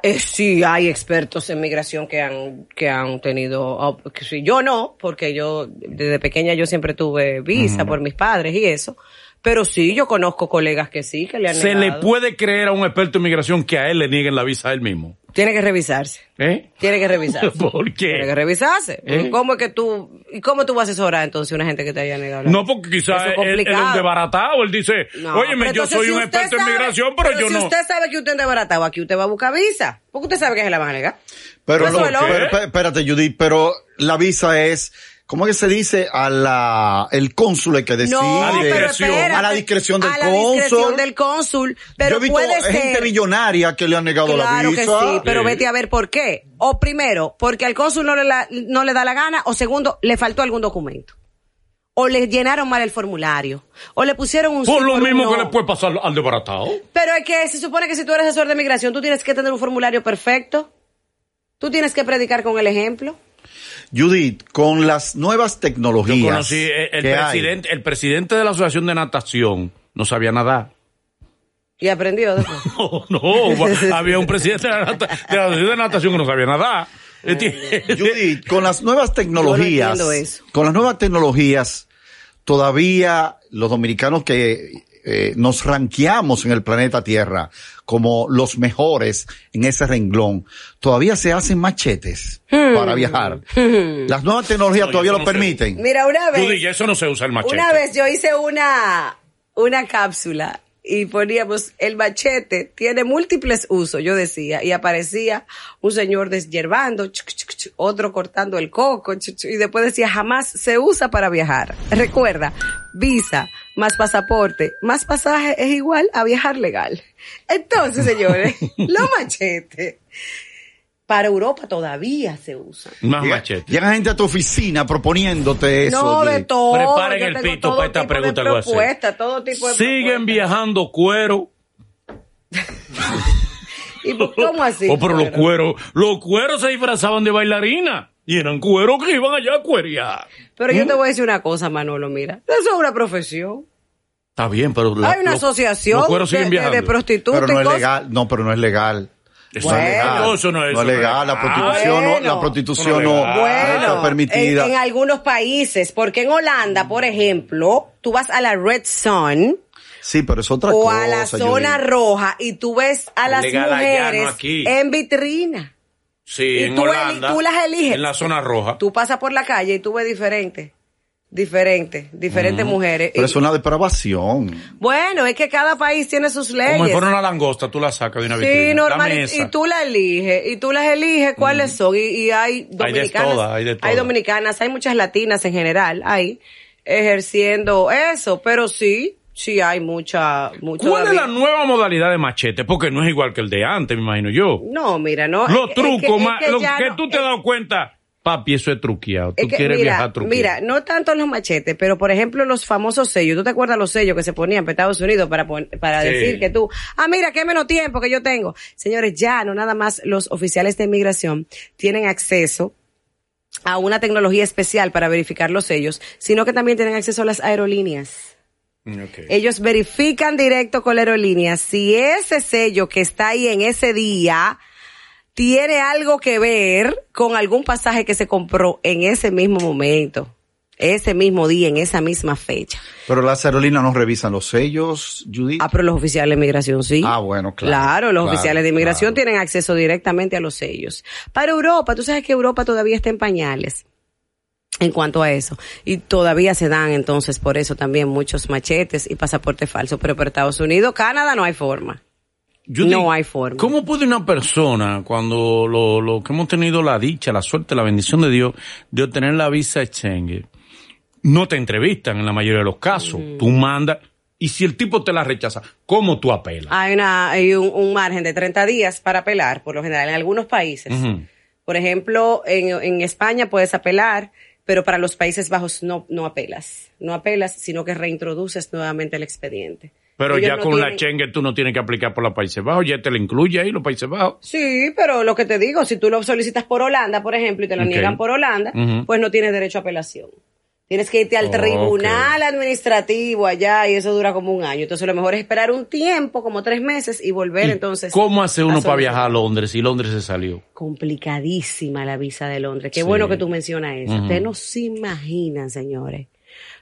Speaker 3: Eh, sí, hay expertos en migración que han, que han tenido, oh, que sí, yo no, porque yo desde pequeña yo siempre tuve visa por mis padres y eso, pero sí, yo conozco colegas que sí, que le han
Speaker 2: ¿Se le
Speaker 3: negado.
Speaker 2: puede creer a un experto en migración que a él le nieguen la visa a él mismo?
Speaker 3: Tiene que revisarse,
Speaker 2: ¿Eh?
Speaker 3: tiene que revisarse.
Speaker 2: ¿Por
Speaker 3: Tiene que
Speaker 2: qué?
Speaker 3: revisarse.
Speaker 2: ¿Eh?
Speaker 3: ¿Cómo es que tú, y cómo tú vas a asesorar entonces a una gente que te haya negado? la
Speaker 2: No,
Speaker 3: visa?
Speaker 2: porque
Speaker 3: Eso
Speaker 2: quizás
Speaker 3: es
Speaker 2: él, él es un
Speaker 3: complicado.
Speaker 2: desbaratado. Él dice,
Speaker 3: No,
Speaker 2: oye,
Speaker 3: pero
Speaker 2: yo
Speaker 3: entonces
Speaker 2: soy
Speaker 3: si
Speaker 2: un
Speaker 3: usted
Speaker 2: experto en
Speaker 3: sabe-
Speaker 2: migración, pero, yo
Speaker 3: si
Speaker 2: no.
Speaker 3: usted sabe que usted es desbaratado, aquí usted va a buscar visa, porque usted sabe que se la van a negar.
Speaker 1: Pero,
Speaker 3: Pues
Speaker 1: no,
Speaker 3: eso es lo-
Speaker 1: pero- pe- espérate, Judith, pero la visa es, ¿cómo que se dice? A la, el cónsul el que decide.
Speaker 3: No,
Speaker 2: la
Speaker 3: pero
Speaker 2: discreción.
Speaker 3: espérate.
Speaker 1: a la discreción del
Speaker 3: A la discreción
Speaker 1: cónsul.
Speaker 3: del cónsul.
Speaker 1: Yo
Speaker 3: Pero
Speaker 1: he visto
Speaker 3: puede ser.
Speaker 1: gente millonaria que le han negado la
Speaker 3: Claro
Speaker 1: visa.
Speaker 3: que sí, pero
Speaker 2: Sí.
Speaker 3: vete a ver por qué. O primero, porque al cónsul no le, la- no le da la gana, o segundo, le faltó algún documento. O le llenaron mal el formulario. O le pusieron un sí
Speaker 2: Por lo
Speaker 3: un
Speaker 2: mismo que
Speaker 3: no.
Speaker 2: le puede pasar al desbaratado.
Speaker 3: Pero es que se supone que si tú eres asesor de migración, tú tienes que tener un formulario perfecto. Tú tienes que predicar con el ejemplo.
Speaker 1: Judith, con las nuevas tecnologías.
Speaker 2: Yo conocí el, el
Speaker 1: que hay,
Speaker 2: presidente, el presidente de la asociación de natación no sabía nadar.
Speaker 3: Y aprendió después.
Speaker 2: No, no, había un presidente de la, nata- de la asociación de natación que no sabía nadar. Este,
Speaker 1: Judith, con las nuevas tecnologías,
Speaker 3: Yo no entiendo eso.
Speaker 1: con las nuevas tecnologías, todavía los dominicanos que eh, nos ranqueamos en el planeta Tierra como los mejores en ese renglón, todavía se hacen machetes
Speaker 3: Hmm.
Speaker 1: para viajar. Las nuevas tecnologías
Speaker 2: No, yo
Speaker 1: todavía
Speaker 2: eso
Speaker 1: lo
Speaker 2: no sé.
Speaker 1: permiten.
Speaker 3: Mira, una vez.
Speaker 2: Judy, ya eso no se usa el machete.
Speaker 3: Una vez yo hice una, una cápsula y poníamos el machete, tiene múltiples usos, yo decía, y aparecía un señor deshiervando, chuc, chuc, chuc, otro cortando el coco, chuc, chuc, y después decía, jamás se usa para viajar. Recuerda, visa más pasaporte más pasaje es igual a viajar legal. Entonces, señores, los machetes. Para Europa todavía se usan.
Speaker 2: Más
Speaker 1: Llega-
Speaker 2: machete.
Speaker 1: Llega gente a tu oficina proponiéndote eso.
Speaker 3: No, de
Speaker 1: Judith.
Speaker 3: todo.
Speaker 2: Preparen
Speaker 3: Oh, yo
Speaker 2: el
Speaker 3: tengo
Speaker 2: pito
Speaker 3: todo
Speaker 2: para esta
Speaker 3: tipo de
Speaker 2: pregunta que voy a hacer.
Speaker 3: propuesta, todo tipo de
Speaker 2: Siguen
Speaker 3: propuesta.
Speaker 2: viajando cuero.
Speaker 3: ¿Y por- cómo así?
Speaker 2: Oh, pero los cueros, los cueros se disfrazaban de bailarina. Y eran cueros que iban allá a cuerear.
Speaker 3: Pero
Speaker 2: ¿Mm?
Speaker 3: yo te voy a decir una cosa, Manolo, mira. Eso es una profesión.
Speaker 2: Está bien, pero la-
Speaker 3: Hay una
Speaker 2: los-
Speaker 3: asociación
Speaker 2: Los cueros
Speaker 3: de,
Speaker 2: siguen
Speaker 3: de,
Speaker 2: viajando.
Speaker 3: de prostitutas
Speaker 1: Pero
Speaker 3: y
Speaker 1: no es
Speaker 3: cosas.
Speaker 1: legal. No, pero no es legal.
Speaker 2: Eso
Speaker 3: Bueno.
Speaker 2: es legal. No, eso no es
Speaker 1: No es
Speaker 2: eso no es
Speaker 1: legal, la
Speaker 2: legal.
Speaker 1: prostitución no,
Speaker 3: Bueno.
Speaker 1: la prostitución no,
Speaker 2: Bueno.
Speaker 1: no
Speaker 3: Bueno,
Speaker 1: está permitida.
Speaker 3: En, en algunos países, porque en Holanda, por ejemplo, tú vas a la Red Zone
Speaker 1: Sí, pero es otra
Speaker 3: o
Speaker 1: cosa.
Speaker 3: a la
Speaker 1: Judy.
Speaker 3: zona roja y tú ves a las
Speaker 2: Legal allá, no
Speaker 3: mujeres
Speaker 2: aquí.
Speaker 3: en vitrina.
Speaker 2: Sí,
Speaker 3: Y
Speaker 2: en
Speaker 3: tú eli-
Speaker 2: Holanda.
Speaker 3: tú las eliges.
Speaker 2: En la zona roja.
Speaker 3: Tú pasas por la calle y tú ves diferentes, diferentes, diferentes mujeres.
Speaker 1: Pero
Speaker 3: Y-
Speaker 1: es una depravación.
Speaker 3: Bueno, es que cada país tiene sus
Speaker 2: Como si
Speaker 3: leyes.
Speaker 2: fuera una langosta, tú la sacas de una vitrina.
Speaker 3: Sí, normal.
Speaker 2: Dame
Speaker 3: y-
Speaker 2: esa. Mm.
Speaker 3: Y tú las eliges, y tú las eliges cuáles son. Y, y hay dominicanas.
Speaker 2: todas, hay de todas.
Speaker 3: dominicanas, hay muchas latinas en general, hay ejerciendo eso, pero sí, sí hay mucha, mucho
Speaker 2: ¿Cuál es
Speaker 3: David.
Speaker 2: la nueva modalidad de machete? Porque no es igual que el de antes, me imagino yo.
Speaker 3: No, mira, no.
Speaker 2: Los
Speaker 3: es que-
Speaker 2: trucos,
Speaker 3: es
Speaker 2: ma- lo que
Speaker 3: ya no-
Speaker 2: tú te
Speaker 3: es-
Speaker 2: has dado cuenta, papi, eso es truqueado. Tú
Speaker 3: es que
Speaker 2: quieres viajar truqueado.
Speaker 3: mira, no tanto los machetes, pero por ejemplo los famosos sellos. ¿Tú te acuerdas los sellos que se ponían en Estados Unidos para pon- para
Speaker 2: Sí.
Speaker 3: decir que tú, ah, mira, qué menos tiempo que yo tengo? Señores, ya no nada más los oficiales de inmigración tienen acceso a una tecnología especial para verificar los sellos, sino que también tienen acceso a las aerolíneas.
Speaker 2: Mm, Ok.
Speaker 3: Ellos verifican directo con la aerolínea si ese sello que está ahí en ese día tiene algo que ver con algún pasaje que se compró en ese mismo momento, ese mismo día, en esa misma fecha.
Speaker 1: Pero las aerolíneas no revisan los sellos, Judy.
Speaker 3: Ah, pero los oficiales de inmigración sí.
Speaker 1: Ah, bueno, claro,
Speaker 3: Claro, los
Speaker 1: claro,
Speaker 3: oficiales de inmigración
Speaker 1: claro.
Speaker 3: tienen acceso directamente a los sellos. Para Europa, tú sabes que Europa todavía está en pañales. En cuanto a eso. Y todavía se dan entonces por eso también muchos machetes y pasaportes falsos. Pero para Estados Unidos, Canadá no hay forma.
Speaker 2: Judy,
Speaker 3: No hay forma.
Speaker 2: ¿Cómo puede una persona, cuando lo, lo que hemos tenido la dicha, la suerte, la bendición de Dios, de obtener la visa exchange, no te entrevistan en la mayoría de los casos? Tú mandas, y si el tipo te la rechaza, ¿cómo tú apelas?
Speaker 3: Hay, una, hay un, un margen de 30 días para apelar, por lo general, en algunos países.
Speaker 2: Ujú.
Speaker 3: Por ejemplo, en, en España puedes apelar, pero para los Países Bajos no, no apelas. No apelas, sino que reintroduces nuevamente el expediente.
Speaker 2: Pero
Speaker 3: Ellos
Speaker 2: ya
Speaker 3: no
Speaker 2: con la
Speaker 3: tienen-
Speaker 2: Schengen tú no tienes que aplicar por los Países Bajos, ya te la incluye ahí los Países Bajos.
Speaker 3: Sí, pero lo que te digo, si tú lo solicitas por Holanda, por ejemplo, y te lo
Speaker 2: Ok.
Speaker 3: niegan por Holanda,
Speaker 2: Ujú.
Speaker 3: pues no tienes derecho a apelación. Tienes que irte al
Speaker 2: Ok.
Speaker 3: tribunal administrativo allá y eso dura como un año. Entonces lo mejor es esperar un tiempo, como tres meses, y volver
Speaker 2: ¿Y
Speaker 3: entonces.
Speaker 2: ¿Cómo hace uno
Speaker 3: a
Speaker 2: para viajar a
Speaker 3: solicitar?
Speaker 2: Londres si Londres se salió?
Speaker 3: complicadísima la visa de Londres. Qué
Speaker 2: Sí.
Speaker 3: bueno que tú mencionas eso.
Speaker 2: Ujú.
Speaker 3: Ustedes no se imaginan, señores,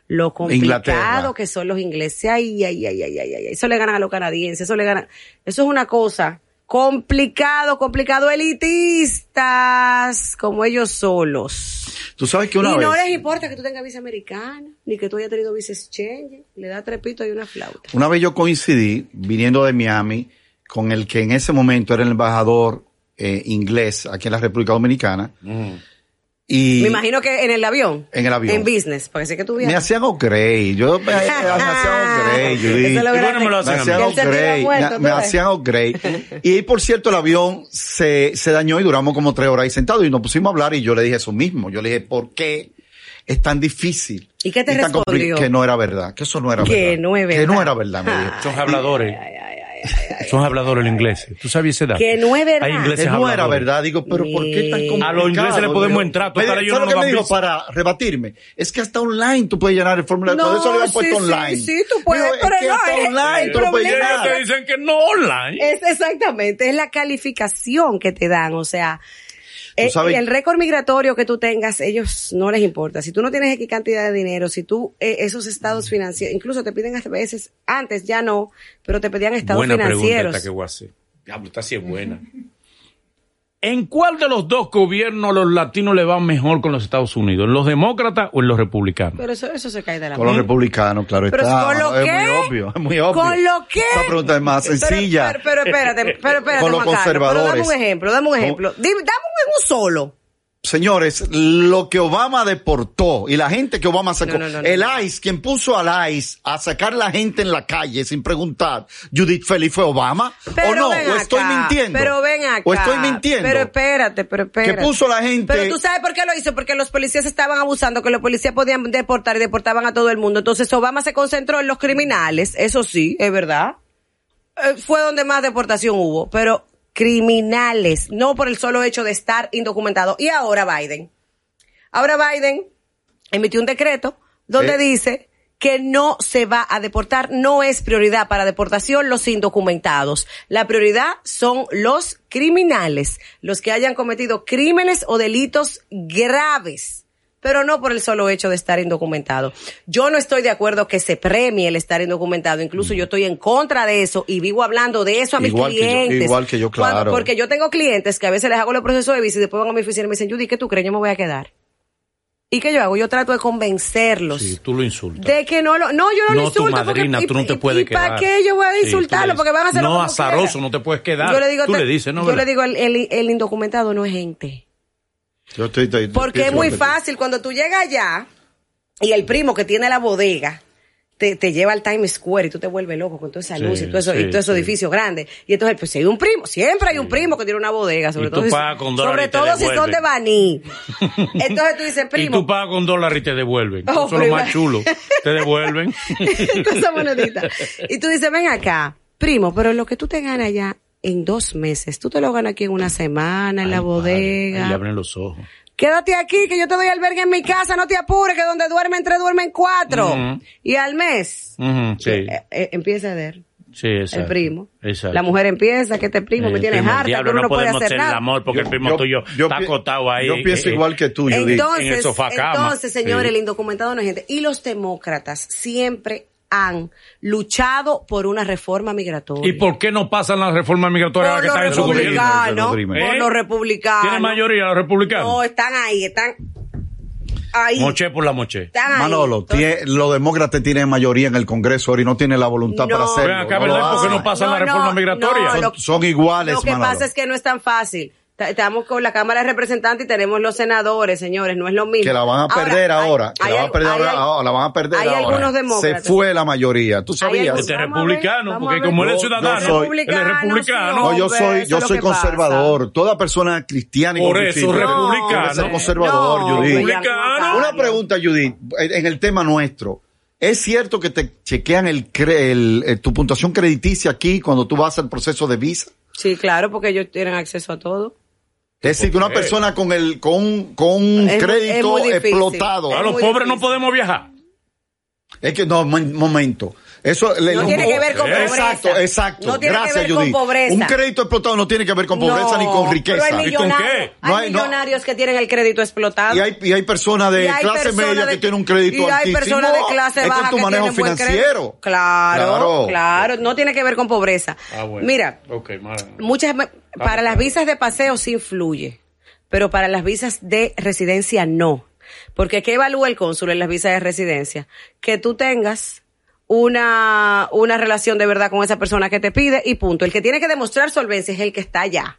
Speaker 3: lo complicado
Speaker 1: Inglaterra.
Speaker 3: que son los ingleses. Ay, ay, ay, ay, ay, ay. Eso le ganan a los canadienses, eso le ganan. Eso es una cosa. Complicado, complicado, elitistas, como ellos solos.
Speaker 1: Tú sabes que
Speaker 3: Y
Speaker 1: una
Speaker 3: no
Speaker 1: vez.
Speaker 3: les importa que tú tengas visa americana, ni que tú hayas tenido visa exchange, le da trepito y una flauta.
Speaker 1: Una vez yo coincidí viniendo de Miami con el que en ese momento era el embajador eh, inglés aquí en la República Dominicana.
Speaker 2: Mm.
Speaker 1: Y
Speaker 3: Me imagino que en el avión.
Speaker 1: En el avión.
Speaker 3: En business, porque sé que tú
Speaker 1: me
Speaker 3: viajas.
Speaker 1: hacían O'Grey. Yo eh, me, me hacían O'Grey, Judy.
Speaker 3: Eso es lo
Speaker 2: Y bueno, me lo
Speaker 3: grande.
Speaker 1: Me hacían
Speaker 2: hacen a mí.
Speaker 3: Y él se te iba
Speaker 1: O'Grey. Me,
Speaker 3: muerto, tú
Speaker 1: me
Speaker 3: ves.
Speaker 1: hacían O'Grey. Y por cierto, el avión se, se dañó y duramos como tres horas ahí sentados y nos pusimos a hablar y yo le dije eso mismo. Yo le dije, ¿por qué es tan difícil?
Speaker 3: ¿Y qué te
Speaker 1: tan compli-
Speaker 3: respondió?
Speaker 1: Que no era verdad, que eso no era
Speaker 3: Que
Speaker 1: verdad.
Speaker 3: no es
Speaker 1: Que no
Speaker 3: verdad. Ah.
Speaker 1: era verdad, me dijo.
Speaker 2: Son habladores. Son habladores los ingleses. ¿Tú sabías esa edad?
Speaker 3: Que no es verdad.
Speaker 2: Hay
Speaker 1: Que
Speaker 2: ingleses
Speaker 1: no era
Speaker 2: habladores.
Speaker 1: verdad, digo, pero ¿por qué tan
Speaker 3: Ni-
Speaker 1: complicado?
Speaker 2: A los ingleses le podemos
Speaker 1: Digo,
Speaker 2: entrar,
Speaker 1: me-
Speaker 2: total,
Speaker 1: ¿sabes
Speaker 2: ellos no
Speaker 1: lo que
Speaker 2: nos
Speaker 1: me
Speaker 2: dan
Speaker 1: dijo
Speaker 2: visa?
Speaker 1: para rebatirme? Es que hasta online tú puedes llenar el formulario, por
Speaker 3: No,
Speaker 1: eso le han
Speaker 3: sí,
Speaker 1: puesto
Speaker 3: sí,
Speaker 1: online.
Speaker 3: sí, tú puedes,
Speaker 1: Digo,
Speaker 3: pero
Speaker 1: es que
Speaker 3: no,
Speaker 1: hasta
Speaker 3: es-
Speaker 1: online
Speaker 3: el
Speaker 1: tú lo puedes
Speaker 2: Ellos
Speaker 3: problema
Speaker 1: llenar.
Speaker 2: te dicen que no online.
Speaker 3: Es exactamente, es la calificación que te dan, o sea, eh,
Speaker 1: sabes-
Speaker 3: el récord migratorio que tú tengas, ellos no les importa. Si tú no tienes X cantidad de dinero, si tú eh, esos estados financieros, incluso te piden a veces, antes ya no, pero te pedían estados
Speaker 2: buena pregunta
Speaker 3: financieros.
Speaker 2: esta que voy a hacer. Diablo, esta sí es buena. ¿En cuál de los dos gobiernos los latinos le van mejor con los Estados Unidos? ¿En los demócratas o en los republicanos?
Speaker 3: Pero eso, eso se cae de la
Speaker 1: Con
Speaker 2: ¿Mm?
Speaker 1: los republicanos, claro
Speaker 3: Pero
Speaker 1: está.
Speaker 3: ¿con lo
Speaker 1: es
Speaker 3: qué?
Speaker 1: muy obvio, es muy obvio.
Speaker 3: ¿Con lo qué?
Speaker 1: Esa pregunta es más
Speaker 3: Pero-
Speaker 1: sencilla.
Speaker 3: Pero, pero espérate, pero espérate.
Speaker 1: Con los
Speaker 3: Juan Carlos, pero
Speaker 1: conservadores.
Speaker 3: dame un ejemplo, dame un ejemplo. Dime, dame un, un solo.
Speaker 1: Señores, lo que Obama deportó y la gente que Obama sacó,
Speaker 3: No, no, no, no.
Speaker 1: el ICE, quien puso al ICE a sacar la gente en la calle sin preguntar, Judith Félix fue Obama o no,
Speaker 3: ven
Speaker 1: o estoy
Speaker 3: acá,
Speaker 1: mintiendo.
Speaker 3: Pero ven acá.
Speaker 1: O estoy mintiendo.
Speaker 3: Pero espérate, pero espérate.
Speaker 1: Que puso la gente-
Speaker 3: Pero tú sabes por qué lo hizo, porque los policías estaban abusando, que los policías podían deportar y deportaban a todo el mundo. Entonces Obama se concentró en los criminales, eso sí, es verdad. Eh, fue donde más deportación hubo, pero criminales, no por el solo hecho de estar indocumentado. Y ahora Biden. Ahora Biden emitió un decreto
Speaker 1: Sí.
Speaker 3: donde dice que no se va a deportar, no es prioridad para deportación los indocumentados. La prioridad son los criminales, los que hayan cometido crímenes o delitos graves. pero no por el solo hecho de estar indocumentado. Yo no estoy de acuerdo que se premie el estar indocumentado, incluso yo estoy en contra de eso y vivo hablando de eso a mis
Speaker 1: Mm. Igual que yo,
Speaker 3: clientes.
Speaker 1: igual que yo, claro.
Speaker 3: porque yo tengo clientes que a veces les hago los procesos de visa y después van a mi oficina y me dicen, Judy, ¿qué tú crees? Yo me voy a quedar. ¿Y qué yo hago? Yo trato de convencerlos.
Speaker 2: Sí, tú lo insultas.
Speaker 3: De que no lo. No, yo no, lo
Speaker 2: no
Speaker 3: insulto.
Speaker 2: tu madrina,
Speaker 3: porque,
Speaker 2: tú no te puedes quedar.
Speaker 3: ¿Para qué yo voy a
Speaker 2: Sí, tú le
Speaker 3: insultarlo?
Speaker 2: dices,
Speaker 3: porque van a hacer
Speaker 2: No, azaroso, no te puedes quedar.
Speaker 3: Yo le digo,
Speaker 2: tú
Speaker 3: te-
Speaker 2: le dices, ¿no?
Speaker 3: yo
Speaker 2: ¿verdad?
Speaker 3: le digo el, el- el indocumentado no es gente.
Speaker 1: Yo estoy- estoy-
Speaker 3: Porque es
Speaker 1: estoy-
Speaker 3: muy fácil. Cuando tú llegas allá y el primo que tiene la bodega te, te lleva al Times Square y tú te vuelves loco con toda esa
Speaker 2: Sí,
Speaker 3: luz y todo eso,
Speaker 2: sí,
Speaker 3: y todo esos
Speaker 2: sí.
Speaker 3: edificios grandes. Y entonces, pues si hay un primo, siempre hay un primo que tiene una bodega, sobre
Speaker 2: Y tú
Speaker 3: todo, si-
Speaker 2: pagas con dólares
Speaker 3: sobre
Speaker 2: y te
Speaker 3: todo si son
Speaker 2: devuelven.
Speaker 3: de Baní. Entonces tú dices,
Speaker 2: Y
Speaker 3: primo,
Speaker 2: tú pagas con dólares y te devuelven. Eso
Speaker 3: Oh,
Speaker 2: es lo más
Speaker 3: prima.
Speaker 2: chulo. Te devuelven.
Speaker 3: Cosa monedita. Y tú dices, ven acá, primo, pero lo que tú te ganas ya en dos meses, tú te lo ganas aquí en una semana, en la
Speaker 2: Ay,
Speaker 3: bodega.
Speaker 2: padre, ahí le abren los ojos.
Speaker 3: Quédate aquí, que yo te doy albergue en mi casa, no te apures, que donde duermen tres, duermen cuatro.
Speaker 2: Ujú.
Speaker 3: Y al mes,
Speaker 2: Ujú, sí,
Speaker 3: eh, eh, empieza a ver
Speaker 2: sí, exacto.
Speaker 3: el primo.
Speaker 2: Exacto.
Speaker 3: La mujer empieza, que este primo me
Speaker 2: El
Speaker 3: tiene
Speaker 2: primo, el
Speaker 3: harta,
Speaker 2: diablo,
Speaker 3: que uno no puede
Speaker 2: podemos
Speaker 3: hacer
Speaker 2: hacer el
Speaker 3: nada.
Speaker 2: amor porque el primo tuyo
Speaker 1: yo
Speaker 2: está
Speaker 1: pi-
Speaker 2: acotado ahí.
Speaker 1: Yo pienso
Speaker 2: eh,
Speaker 1: igual que tú, Judith.
Speaker 2: en el
Speaker 3: Entonces,
Speaker 2: sofá cama.
Speaker 3: entonces, señores,
Speaker 2: Sí.
Speaker 3: el indocumentado no es gente. Y los demócratas siempre han luchado por una reforma migratoria.
Speaker 2: ¿Y por qué no pasan las reformas migratorias
Speaker 3: por
Speaker 2: ahora que
Speaker 3: los
Speaker 2: están en su gobierno?
Speaker 1: republicanos. Eso
Speaker 3: republicanos,
Speaker 1: no
Speaker 2: rima.
Speaker 3: por
Speaker 2: ¿Eh?
Speaker 3: los republicanos.
Speaker 2: ¿Tiene mayoría los republicanos?
Speaker 3: No, están ahí, están ahí.
Speaker 2: Moche por la moche.
Speaker 3: Están ahí.
Speaker 1: Manolo,
Speaker 3: Entonces,
Speaker 1: tie- los demócratas tienen mayoría en el Congreso ahora y no tienen la voluntad para
Speaker 3: No.
Speaker 1: hacerlo.
Speaker 2: Ven acá,
Speaker 1: no lo
Speaker 2: ¿verdad? ¿Por qué
Speaker 1: hacen.
Speaker 2: no pasa la reforma migratoria?
Speaker 1: Son-
Speaker 3: lo-
Speaker 1: son iguales,
Speaker 3: Lo que
Speaker 1: Manolo.
Speaker 3: pasa es que no es tan fácil. Ta- Estamos con la Cámara de Representantes y tenemos los senadores, señores, no es lo mismo.
Speaker 1: que la van a perder
Speaker 3: hay-
Speaker 1: ahora, que
Speaker 3: hay
Speaker 1: la van a
Speaker 3: al-
Speaker 1: perder
Speaker 3: hay
Speaker 1: ahora,
Speaker 3: al-
Speaker 1: ahora, la van a perder
Speaker 3: hay
Speaker 1: ahora.
Speaker 3: algunos demócratas.
Speaker 1: Se fue la mayoría, tú sabías.
Speaker 2: Este
Speaker 3: Vamos a ver,
Speaker 2: republicano,
Speaker 3: vamos
Speaker 2: porque
Speaker 3: a ver.
Speaker 2: como él
Speaker 1: Yo-
Speaker 2: es
Speaker 1: yo
Speaker 2: ciudadano,
Speaker 1: soy-
Speaker 2: él es republicano.
Speaker 1: No, yo
Speaker 3: Hombre,
Speaker 1: soy,
Speaker 3: eso
Speaker 1: yo
Speaker 3: es lo
Speaker 1: soy
Speaker 3: que pasa.
Speaker 1: conservador. Toda persona cristiana y
Speaker 2: Por
Speaker 1: con
Speaker 2: eso,
Speaker 1: principios
Speaker 2: republicano.
Speaker 1: debe ser conservador,
Speaker 3: No,
Speaker 1: Judith.
Speaker 3: hombre, ya no
Speaker 2: Republicano.
Speaker 3: acaba.
Speaker 1: Una pregunta, Judith, en en el tema nuestro. ¿Es cierto que te chequean el, cre- el- eh, tu puntuación crediticia aquí cuando tú vas al proceso de visa?
Speaker 3: Sí, claro, porque ellos tienen acceso a todo.
Speaker 1: Es decir, que una
Speaker 2: qué?
Speaker 1: persona con el con, un- con un
Speaker 3: Es muy- es
Speaker 1: crédito
Speaker 3: muy difícil.
Speaker 1: explotado.
Speaker 2: A Ah, los
Speaker 3: muy
Speaker 2: pobres no
Speaker 3: difícil.
Speaker 2: podemos viajar.
Speaker 1: Es que no, mo- momento. Eso le-
Speaker 3: No tiene que ver con pobreza.
Speaker 1: Exacto, exacto.
Speaker 3: No tiene que
Speaker 1: Gracias,
Speaker 3: ver con
Speaker 1: Judith.
Speaker 3: pobreza.
Speaker 1: Un crédito explotado no tiene que ver con pobreza
Speaker 3: No,
Speaker 1: ni con
Speaker 3: pero
Speaker 1: riqueza.
Speaker 3: hay
Speaker 2: ¿Y con qué?
Speaker 3: millonarios-
Speaker 1: No hay-
Speaker 3: hay
Speaker 1: no.
Speaker 3: millonarios que tienen el crédito explotado.
Speaker 1: Y hay, y hay personas de
Speaker 3: Y hay
Speaker 1: clase
Speaker 3: personas
Speaker 1: media
Speaker 3: de-
Speaker 1: que tienen un crédito
Speaker 3: y hay
Speaker 1: altísimo.
Speaker 3: personas de clase
Speaker 1: Esto
Speaker 3: baja
Speaker 1: es tu
Speaker 3: que
Speaker 1: manejo
Speaker 3: tienen buen crédito.
Speaker 1: financiero.
Speaker 3: Claro, claro, no tiene que ver con pobreza. Mira,
Speaker 2: Ok, mala.
Speaker 3: muchas ve-
Speaker 2: pues
Speaker 3: para las visas de paseo sí influye, pero para las visas de residencia no. Porque ¿qué evalúa el cónsul en las visas de residencia? Que tú tengas una, una relación de verdad con esa persona que te pide y punto. El que tiene que demostrar solvencia es el que está allá,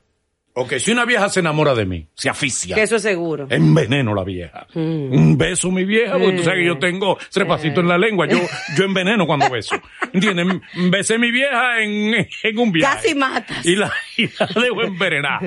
Speaker 2: Ok, si una vieja se enamora de mí, se aficia.
Speaker 3: que eso es Mm. seguro.
Speaker 2: Enveneno la vieja. Un beso, mi vieja, porque tú sabes
Speaker 3: Mm.
Speaker 2: que yo tengo trepacito en la lengua. Yo, yo enveneno cuando beso. ¿Entiendes? M- Besé mi vieja en, en un viaje.
Speaker 3: Casi matas.
Speaker 2: Y la, y la dejo envenenada.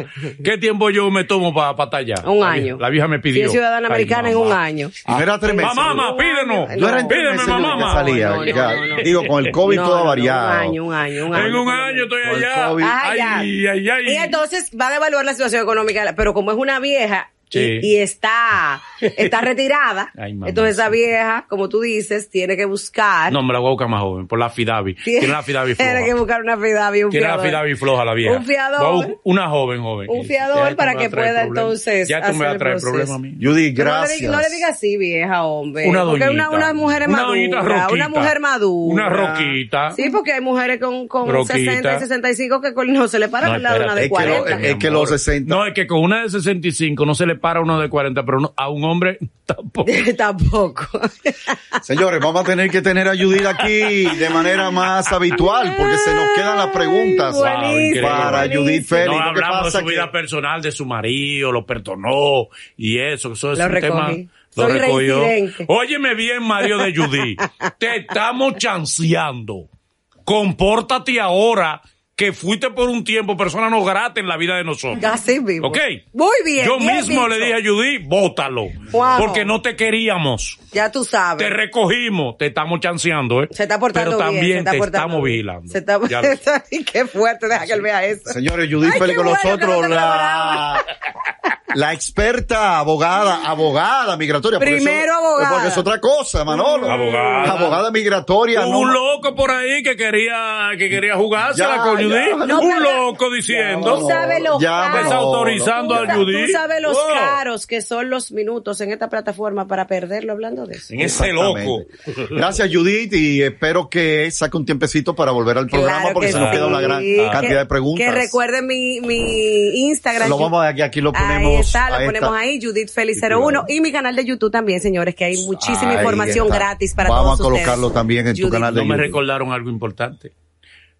Speaker 2: ¿Qué tiempo yo me tomo para tallar?
Speaker 3: Un
Speaker 2: La vie-
Speaker 3: año.
Speaker 2: La vieja me pidió.
Speaker 3: Si es ciudadana
Speaker 2: Ay,
Speaker 3: americana en
Speaker 2: mamá.
Speaker 3: un año.
Speaker 1: Y no era tres meses.
Speaker 2: Mamá, mamá,
Speaker 1: Yo-
Speaker 2: pídenos.
Speaker 1: Yo era en tres
Speaker 2: Pídeme,
Speaker 1: meses de
Speaker 2: mamá.
Speaker 1: que
Speaker 2: mamá.
Speaker 1: salía.
Speaker 3: No, no,
Speaker 1: ya.
Speaker 3: no, no.
Speaker 1: Digo, con el COVID
Speaker 3: No,
Speaker 1: todo
Speaker 3: no, no,
Speaker 1: variado.
Speaker 3: Un año, un año, un año.
Speaker 2: En un año estoy
Speaker 1: Por el
Speaker 2: allá.
Speaker 1: COVID.
Speaker 3: Ah, ya.
Speaker 2: Ay, ay, ay.
Speaker 3: Y entonces van a evaluar la situación económica, de la- pero como es una vieja
Speaker 2: Sí.
Speaker 3: y, y está, está retirada,
Speaker 2: Ay, mamá,
Speaker 3: entonces esa
Speaker 2: sí.
Speaker 3: vieja, como tú dices, tiene que buscar.
Speaker 2: No, me la voy a buscar más joven, por la Fidavi. Tiene la Fidavi
Speaker 3: Ah. tiene que
Speaker 2: floja.
Speaker 3: buscar una Fidavi, un
Speaker 2: Tiene la
Speaker 3: fiador.
Speaker 2: Fidavi floja la vieja.
Speaker 3: Un fiador.
Speaker 2: Voy a buscar Una joven, joven.
Speaker 3: Un fiador
Speaker 2: Ya
Speaker 3: para
Speaker 2: tú me
Speaker 3: que
Speaker 2: vas a traer
Speaker 3: pueda
Speaker 2: problemas.
Speaker 3: entonces
Speaker 2: Ya tú me vas
Speaker 3: hacer
Speaker 2: a
Speaker 3: el
Speaker 2: trayer
Speaker 3: proceso.
Speaker 2: problemas a mí.
Speaker 1: Judith,
Speaker 3: Pero no le
Speaker 1: gracias.
Speaker 3: diga- No le, digas así, vieja, hombre.
Speaker 2: Una
Speaker 3: porque
Speaker 2: doñita.
Speaker 3: una, una mujer es
Speaker 2: Una
Speaker 3: madura.
Speaker 2: doñita roquita.
Speaker 3: Una mujer madura.
Speaker 2: Una roquita.
Speaker 3: Sí, porque hay mujeres con, con
Speaker 2: Roquita.
Speaker 3: 60 y 65 que con- no se le para
Speaker 2: No,
Speaker 3: al lado de una
Speaker 2: espérate,
Speaker 1: es
Speaker 3: de
Speaker 1: que, lo-
Speaker 3: 40.
Speaker 1: es que los 60.
Speaker 2: No, es que con una de 65 no se le para a uno de 40, pero no- a un hombre tampoco.
Speaker 3: Tampoco.
Speaker 1: Señores, vamos a tener que tener a Judith aquí de manera más habitual porque se nos quedan las preguntas.
Speaker 3: Ay, buenísimo,
Speaker 2: increíble.
Speaker 1: Para Judith
Speaker 3: buenísimo.
Speaker 1: Félix,
Speaker 2: no
Speaker 1: lo que
Speaker 2: hablamos
Speaker 1: pasa
Speaker 2: de su vida
Speaker 1: que-
Speaker 2: personal, de su marido, lo perdonó y eso, eso es
Speaker 3: Lo
Speaker 2: un
Speaker 3: recogí.
Speaker 2: tema. Lo
Speaker 3: Soy
Speaker 2: recogió.
Speaker 3: reincidente.
Speaker 2: Óyeme bien, Mario de Judy. te estamos chanceando. Compórtate ahora que fuiste por un tiempo persona no grata en la vida de nosotros.
Speaker 3: Así mismo.
Speaker 2: ¿Ok?
Speaker 3: Muy bien.
Speaker 2: Yo
Speaker 3: bien
Speaker 2: mismo le
Speaker 3: dicho.
Speaker 2: dije a Judy, bótalo.
Speaker 3: Wow.
Speaker 2: Porque no te queríamos.
Speaker 3: Ya tú sabes.
Speaker 2: Te recogimos, te estamos chanceando, ¿eh?
Speaker 3: se está portando
Speaker 2: Pero también
Speaker 3: bien. se está
Speaker 2: te
Speaker 3: portando
Speaker 2: estamos
Speaker 3: bien.
Speaker 2: vigilando.
Speaker 3: Se está
Speaker 2: Ya lo-
Speaker 3: portando. Qué fuerte, deja que él vea eso.
Speaker 1: Señores, Judith
Speaker 3: Ay,
Speaker 1: Félix
Speaker 3: qué
Speaker 1: con
Speaker 3: bueno que
Speaker 1: nosotros.
Speaker 3: no te
Speaker 1: la... La experta abogada, abogada migratoria. porque
Speaker 3: Primero abogada.
Speaker 1: Porque es otra cosa,
Speaker 4: Uh,
Speaker 1: Manolo.
Speaker 2: Abogada.
Speaker 1: Abogada migratoria.
Speaker 2: Hubo un
Speaker 1: no-
Speaker 2: loco por ahí que quería, que quería jugársela
Speaker 1: Ya,
Speaker 2: con Judy.
Speaker 1: ya.
Speaker 3: No,
Speaker 2: un
Speaker 3: pero-
Speaker 2: loco diciendo.
Speaker 3: Tú sabes lo
Speaker 1: Ya,
Speaker 3: caro.
Speaker 2: Desautorizando
Speaker 3: Tú
Speaker 2: al
Speaker 3: sa-
Speaker 2: Judy.
Speaker 3: Tú sabes los
Speaker 2: Wow.
Speaker 3: caros que son los minutos en esta plataforma para perderlo hablando de eso.
Speaker 4: En ese loco.
Speaker 1: Exactamente. Gracias, Judith, y espero que saque un tiempecito para volver al programa
Speaker 3: Claro
Speaker 1: porque
Speaker 3: que
Speaker 1: se nos
Speaker 3: sí.
Speaker 1: quedó una gran
Speaker 3: Que-
Speaker 1: cantidad de preguntas.
Speaker 3: Que recuerden mi, mi Instagram.
Speaker 1: Lo vamos a aquí, aquí lo ponemos.
Speaker 3: Ahí está, lo
Speaker 1: ahí está.
Speaker 3: ponemos ahí, Judith Feliz 01 y mi canal de YouTube también, señores, que hay muchísima
Speaker 1: Ahí
Speaker 3: información
Speaker 1: está.
Speaker 3: gratis para
Speaker 1: Vamos
Speaker 3: todos
Speaker 1: a colocarlo
Speaker 3: ustedes.
Speaker 1: también en tu
Speaker 3: Judith.
Speaker 1: canal de
Speaker 2: No me
Speaker 1: YouTube.
Speaker 2: recordaron algo importante.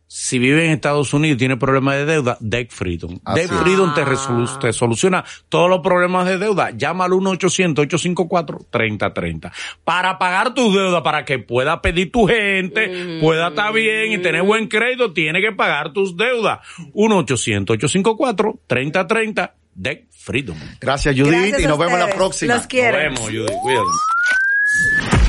Speaker 2: Si vive en Estados Unidos y tiene problemas de deuda, Deck Freedom.
Speaker 1: Así
Speaker 2: Deck
Speaker 1: es.
Speaker 2: Freedom te, resolu- te soluciona todos los problemas de deuda. Llama al 1-800-854-3030 para pagar tus deudas, para que pueda pedir tu gente, pueda estar bien y tener buen crédito, tiene que pagar tus deudas. 1-800-854-3030 Deck Freedom.
Speaker 1: Gracias, Judith,
Speaker 3: Gracias
Speaker 1: y
Speaker 3: a
Speaker 1: nos vemos la
Speaker 3: ustedes.
Speaker 1: próxima.
Speaker 3: Los quiero.
Speaker 2: Nos vemos, Judy. Cuídate.